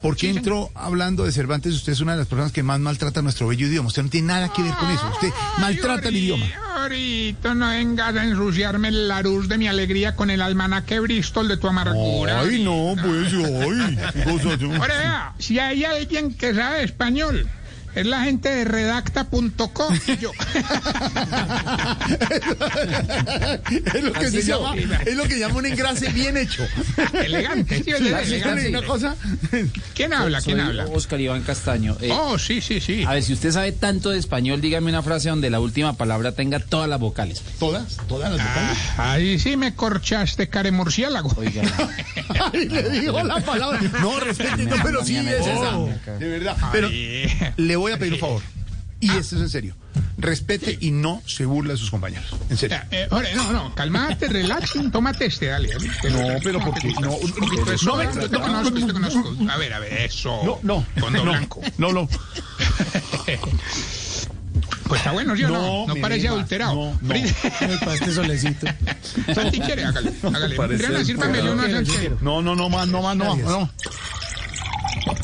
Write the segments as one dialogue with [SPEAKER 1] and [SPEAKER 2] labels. [SPEAKER 1] ¿Por qué entró hablando de Cervantes? Usted es una de las personas que más maltrata nuestro bello idioma. Usted no tiene nada que ver con
[SPEAKER 2] Ah,
[SPEAKER 1] eso. Usted maltrata el
[SPEAKER 2] Ori-
[SPEAKER 1] idioma.
[SPEAKER 2] Orito, no vengas a ensuciarme la luz de mi alegría con el almanaque Bristol de tu amargura.
[SPEAKER 1] Ay, no, pues, ay. cosa de un-
[SPEAKER 2] Ahora vea, si hay alguien que sabe español, es la gente de redacta.co. y yo.
[SPEAKER 1] Es lo que se llama, es lo que llama un engrase bien hecho.
[SPEAKER 2] elegante, sí, es
[SPEAKER 1] Así es
[SPEAKER 2] elegante.
[SPEAKER 1] una cosa.
[SPEAKER 2] ¿Quién habla? ¿Quién
[SPEAKER 3] Soy
[SPEAKER 2] habla?
[SPEAKER 3] Oscar Iván Castaño. Eh,
[SPEAKER 2] Oh, sí, sí, sí.
[SPEAKER 3] A ver, si usted sabe tanto de español, dígame una frase donde la última palabra tenga todas las vocales.
[SPEAKER 1] Todas, todas las
[SPEAKER 2] Ah,
[SPEAKER 1] vocales.
[SPEAKER 2] ahí sí me corchaste, care murciélago.
[SPEAKER 3] Oiga,
[SPEAKER 2] Ah.
[SPEAKER 1] Ay, le dijo la palabra. No, respete, no, pero sí es esa. De verdad. Pero
[SPEAKER 2] Ay. Ah.
[SPEAKER 1] le voy a pedir un favor. Y esto es en serio. Respete y no se burla de sus compañeros. En serio.
[SPEAKER 2] Ya, eh, ore- no, no, calmate, relaxen, tómate este, dale. dale.
[SPEAKER 1] No, pero ¿por qué? No,
[SPEAKER 2] Un poquito de
[SPEAKER 1] no,
[SPEAKER 2] soda,
[SPEAKER 1] no,
[SPEAKER 2] te
[SPEAKER 1] no,
[SPEAKER 2] conozco,
[SPEAKER 1] no,
[SPEAKER 2] te conozco. A ver, a ver, eso.
[SPEAKER 1] No, no.
[SPEAKER 2] Fondo
[SPEAKER 1] no,
[SPEAKER 2] blanco.
[SPEAKER 1] No, no.
[SPEAKER 2] Pues está bueno, ¿sí o no? No,
[SPEAKER 1] mi
[SPEAKER 2] parece
[SPEAKER 1] diva,
[SPEAKER 2] adulterado.
[SPEAKER 1] No, no.
[SPEAKER 2] Brin-
[SPEAKER 1] Para este solecito.
[SPEAKER 2] Santi quiere, hágale, hágale. Adriana, sírvame yo no sé
[SPEAKER 1] No, no, no más, no más, no más. No.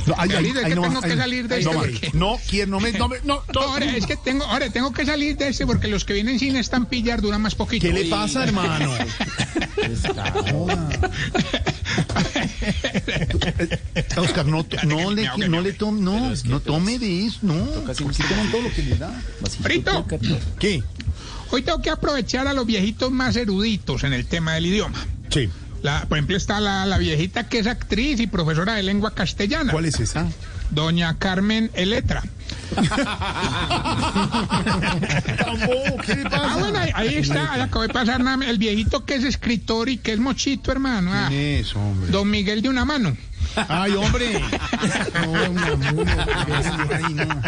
[SPEAKER 1] No, ay, ay,
[SPEAKER 2] Salida, es
[SPEAKER 1] ay,
[SPEAKER 2] que
[SPEAKER 1] no más,
[SPEAKER 2] tengo que
[SPEAKER 1] ay,
[SPEAKER 2] salir de
[SPEAKER 1] ay,
[SPEAKER 2] este
[SPEAKER 1] no, más.
[SPEAKER 2] porque-
[SPEAKER 1] no, quiero, no me, no me, no,
[SPEAKER 2] No, ahora, es que tengo, ahora tengo que salir de ese porque los que vienen sin estampillar duran más poquito.
[SPEAKER 1] ¿Qué le pasa, hermano? Oscar, no, to- no, le, no le tome, no, no tome de eso, no.
[SPEAKER 3] casi
[SPEAKER 1] Porque toman todo lo que les da.
[SPEAKER 2] Frito.
[SPEAKER 1] ¿Qué?
[SPEAKER 2] Hoy tengo que aprovechar a los viejitos más eruditos en el tema del idioma.
[SPEAKER 1] Sí.
[SPEAKER 2] La- por ejemplo, está la, la viejita que es actriz y profesora de lengua castellana,
[SPEAKER 1] ¿Cuál es esa?
[SPEAKER 2] doña Carmen Eletra.
[SPEAKER 1] Tampoco, ¿qué le
[SPEAKER 2] Ah, bueno, ahí, ahí está, ahí acabo de pasar nada, el viejito que es escritor y que es mochito, hermano. ah,
[SPEAKER 1] Eso, hombre.
[SPEAKER 2] don Miguel de una mano.
[SPEAKER 1] Ay, hombre. No, mi amor, ay, no.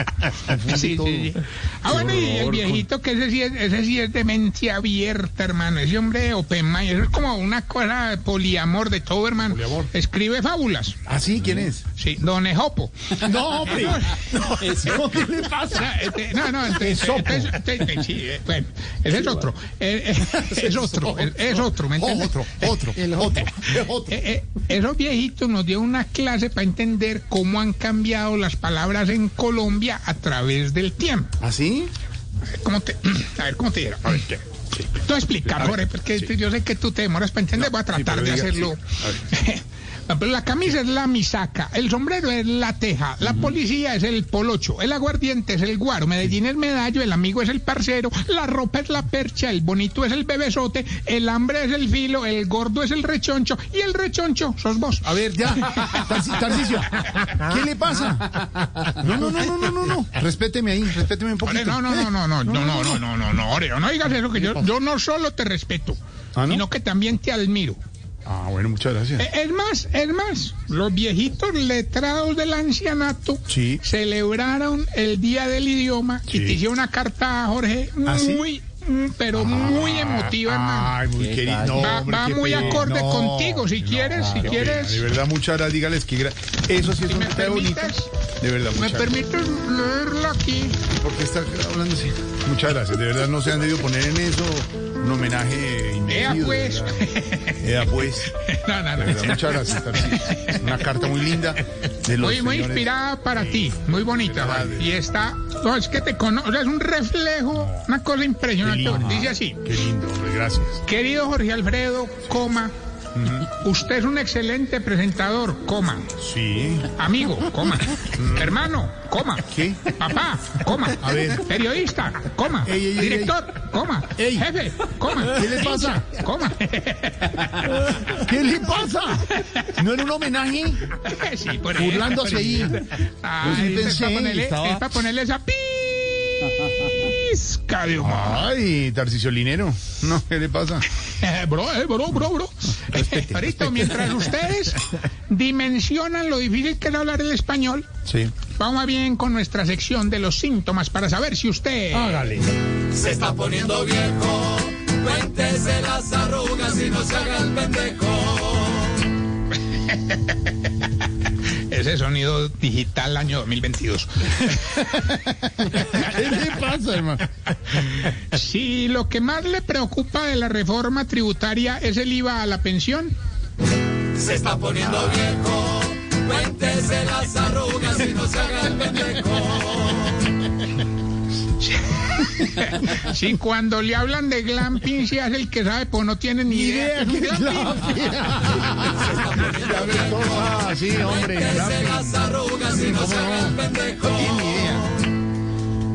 [SPEAKER 1] Confunde
[SPEAKER 2] Sí,
[SPEAKER 1] todo.
[SPEAKER 2] sí, sí. Ah, bueno, y el viejito que ese sí es, ese sí es de mente abierta, hermano. Ese hombre de Open Mind, eso es como una cosa de poliamor de todo, hermano.
[SPEAKER 1] Poliamor.
[SPEAKER 2] Escribe fábulas.
[SPEAKER 1] ¿Ah, sí? ¿Quién es?
[SPEAKER 2] Sí, don Ejopo.
[SPEAKER 1] No, hombre. No, ¿Qué le
[SPEAKER 2] O
[SPEAKER 1] pasa?
[SPEAKER 2] sea, este, no, no, este- este- este- este- este- sí, eh, bueno, ese es otro. eh, eh, es otro, es- es otro, ¿me entiendes?
[SPEAKER 1] Otro, otro, otro, otro.
[SPEAKER 2] Eh, eh, esos viejitos nos dio una clase para entender cómo han cambiado las palabras en Colombia a través del tiempo.
[SPEAKER 1] ¿Ah, sí?
[SPEAKER 2] A ver, ¿Cómo te, a ver, ¿cómo te dijeron? A ver, te voy a explicar, Jorge, porque yo sé que tú te demoras para entender, voy a tratar de hacerlo. Pero la camisa es la misaca, el sombrero es la teja, la policía es el polocho, el aguardiente es el guaro, Medellín es medallo, el amigo es el parcero, la ropa es la percha, el bonito es el bebesote, el hambre es el filo, el gordo es el rechoncho y el rechoncho sos vos.
[SPEAKER 1] A ver, ya. Tarci- Tarcisio, ¿qué le pasa? No, no, no, no, no, no, no. Respéteme ahí, respéteme un
[SPEAKER 2] Ore,
[SPEAKER 1] poquito.
[SPEAKER 2] no, no, no, no, no, no, no, no, no, no, no, Ore, no digas eso, que yo, yo no solo te respeto,
[SPEAKER 1] ¿Ah, no?
[SPEAKER 2] sino que también te admiro.
[SPEAKER 1] Ah, bueno, muchas gracias.
[SPEAKER 2] Eh, Es más, es más, los viejitos letrados del ancianato
[SPEAKER 1] Sí.
[SPEAKER 2] celebraron el Día del Idioma
[SPEAKER 1] Sí.
[SPEAKER 2] y te hice una carta, Jorge,
[SPEAKER 1] ¿Ah, sí? Ah,
[SPEAKER 2] muy, mm, pero muy emotiva, hermano.
[SPEAKER 1] Ay, muy
[SPEAKER 3] Qué
[SPEAKER 1] querido.
[SPEAKER 3] tal.
[SPEAKER 1] No,
[SPEAKER 2] Va-
[SPEAKER 1] hombre,
[SPEAKER 2] va
[SPEAKER 1] qué
[SPEAKER 2] muy
[SPEAKER 1] pena.
[SPEAKER 2] acorde
[SPEAKER 1] No,
[SPEAKER 2] contigo, si quieres, si
[SPEAKER 1] qué
[SPEAKER 2] quieres.
[SPEAKER 1] pena. De verdad, muchas gracias. Dígales que gra- eso sí es
[SPEAKER 2] Si
[SPEAKER 1] un
[SPEAKER 2] me
[SPEAKER 1] detalle bonito.
[SPEAKER 2] permites,
[SPEAKER 1] De verdad,
[SPEAKER 2] ¿Me
[SPEAKER 1] muchas gracias.
[SPEAKER 2] permites leerla aquí?
[SPEAKER 1] ¿Por qué está hablando así? Muchas gracias. De verdad, no se han debido poner en eso un homenaje inmerecido.
[SPEAKER 2] Vea,
[SPEAKER 1] de
[SPEAKER 2] pues.
[SPEAKER 1] verdad. Ea, pues.
[SPEAKER 2] No, no,
[SPEAKER 1] De verdad,
[SPEAKER 2] no.
[SPEAKER 1] muchas gracias, Tarcisio. Una carta muy linda de los
[SPEAKER 2] Muy, muy
[SPEAKER 1] señores.
[SPEAKER 2] inspirada para ti, muy bonita.
[SPEAKER 1] verdad,
[SPEAKER 2] Jorge.
[SPEAKER 1] de
[SPEAKER 2] Y está, no, es que te conozco, es un reflejo, una cosa impresionante.
[SPEAKER 1] lindo.
[SPEAKER 2] Jorge. Dice así.
[SPEAKER 1] Qué lindo, hombre, gracias.
[SPEAKER 2] Querido Jorge Alfredo, coma, usted es un excelente presentador, coma,
[SPEAKER 1] Sí.
[SPEAKER 2] amigo, coma, hermano, coma,
[SPEAKER 1] ¿Qué?
[SPEAKER 2] papá, coma,
[SPEAKER 1] A ver.
[SPEAKER 2] periodista, coma,
[SPEAKER 1] Ey, ey, ey,
[SPEAKER 2] director, coma,
[SPEAKER 1] Ey.
[SPEAKER 2] jefe, coma,
[SPEAKER 1] ¿Qué le pasa?
[SPEAKER 2] coma.
[SPEAKER 1] ¿Qué le pasa? ¿No era un homenaje?
[SPEAKER 2] sí, por
[SPEAKER 1] Burlándose ahí.
[SPEAKER 2] Ay,
[SPEAKER 1] Pues sí
[SPEAKER 2] este es para
[SPEAKER 1] pensé,
[SPEAKER 2] ponerle,
[SPEAKER 1] estaba-
[SPEAKER 2] es para ponerle esa pi. pizca de humor.
[SPEAKER 1] Ay, Tarcicio Linero. No, ¿qué le pasa?
[SPEAKER 2] Eh, bro, eh, bro, bro, bro. Ahorita, mientras ustedes dimensionan lo difícil que es hablar el español,
[SPEAKER 1] Sí.
[SPEAKER 2] vamos bien con nuestra sección de los síntomas para saber si usted...
[SPEAKER 1] Hágale.
[SPEAKER 4] se está poniendo viejo. Cuéntese las arrugas y no se haga el pendejo.
[SPEAKER 2] Ese sonido digital año 2022.
[SPEAKER 1] ¿Qué le pasa, hermano?
[SPEAKER 2] Si lo que más le preocupa de la reforma tributaria es el IVA a la pensión,
[SPEAKER 4] Se está poniendo viejo. Cuéntese las arrugas y no se haga el pendejo.
[SPEAKER 2] si cuando le hablan de glamping se hace el que sabe, pues no tiene ni idea. qué es glamping.
[SPEAKER 1] Ya ve, toma, Ah, sí, hombre.
[SPEAKER 4] Cuéntese las arrugas y no se haga el pendejo.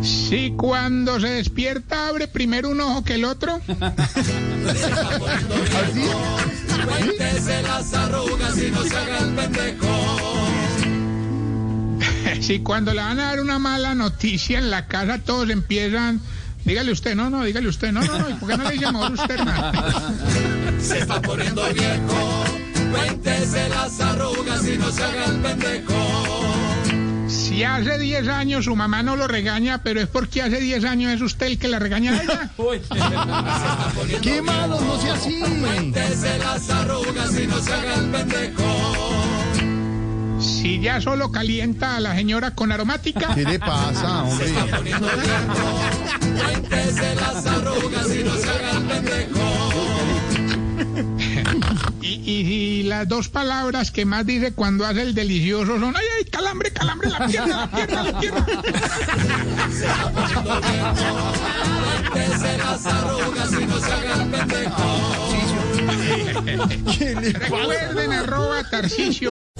[SPEAKER 2] Si cuando se despierta abre primero un ojo que el otro,
[SPEAKER 4] Cuéntese las arrugas y no se haga el pendejo.
[SPEAKER 2] si cuando le van a dar una mala noticia en la casa todos empiezan, dígale usted, no, no, dígale usted, no, no, no, ¿y por qué no le llamó usted nada?
[SPEAKER 4] Se está poniendo viejo. Cuéntese las arrugas y no se haga el pendejo.
[SPEAKER 2] Si hace 10 años su mamá no lo regaña, pero es porque hace 10 años es usted el que la regaña a ella.
[SPEAKER 1] ¡Qué malo! ¡No sea así!
[SPEAKER 4] Cuéntese las arrugas y no se haga el pendejo.
[SPEAKER 2] Si ya solo calienta a la señora con aromática,
[SPEAKER 1] ¿Qué le pasa, hombre?
[SPEAKER 4] Cuéntese las arrugas y no se haga el pendejo.
[SPEAKER 2] y, y- y las dos palabras que más dice cuando hace el delicioso son, ay, ay, calambre, calambre, la pierna, la pierna, la pierna.
[SPEAKER 4] Cuéntese las arrugas y no se haga el pendejo.
[SPEAKER 2] Recuerden arroba Tarcicio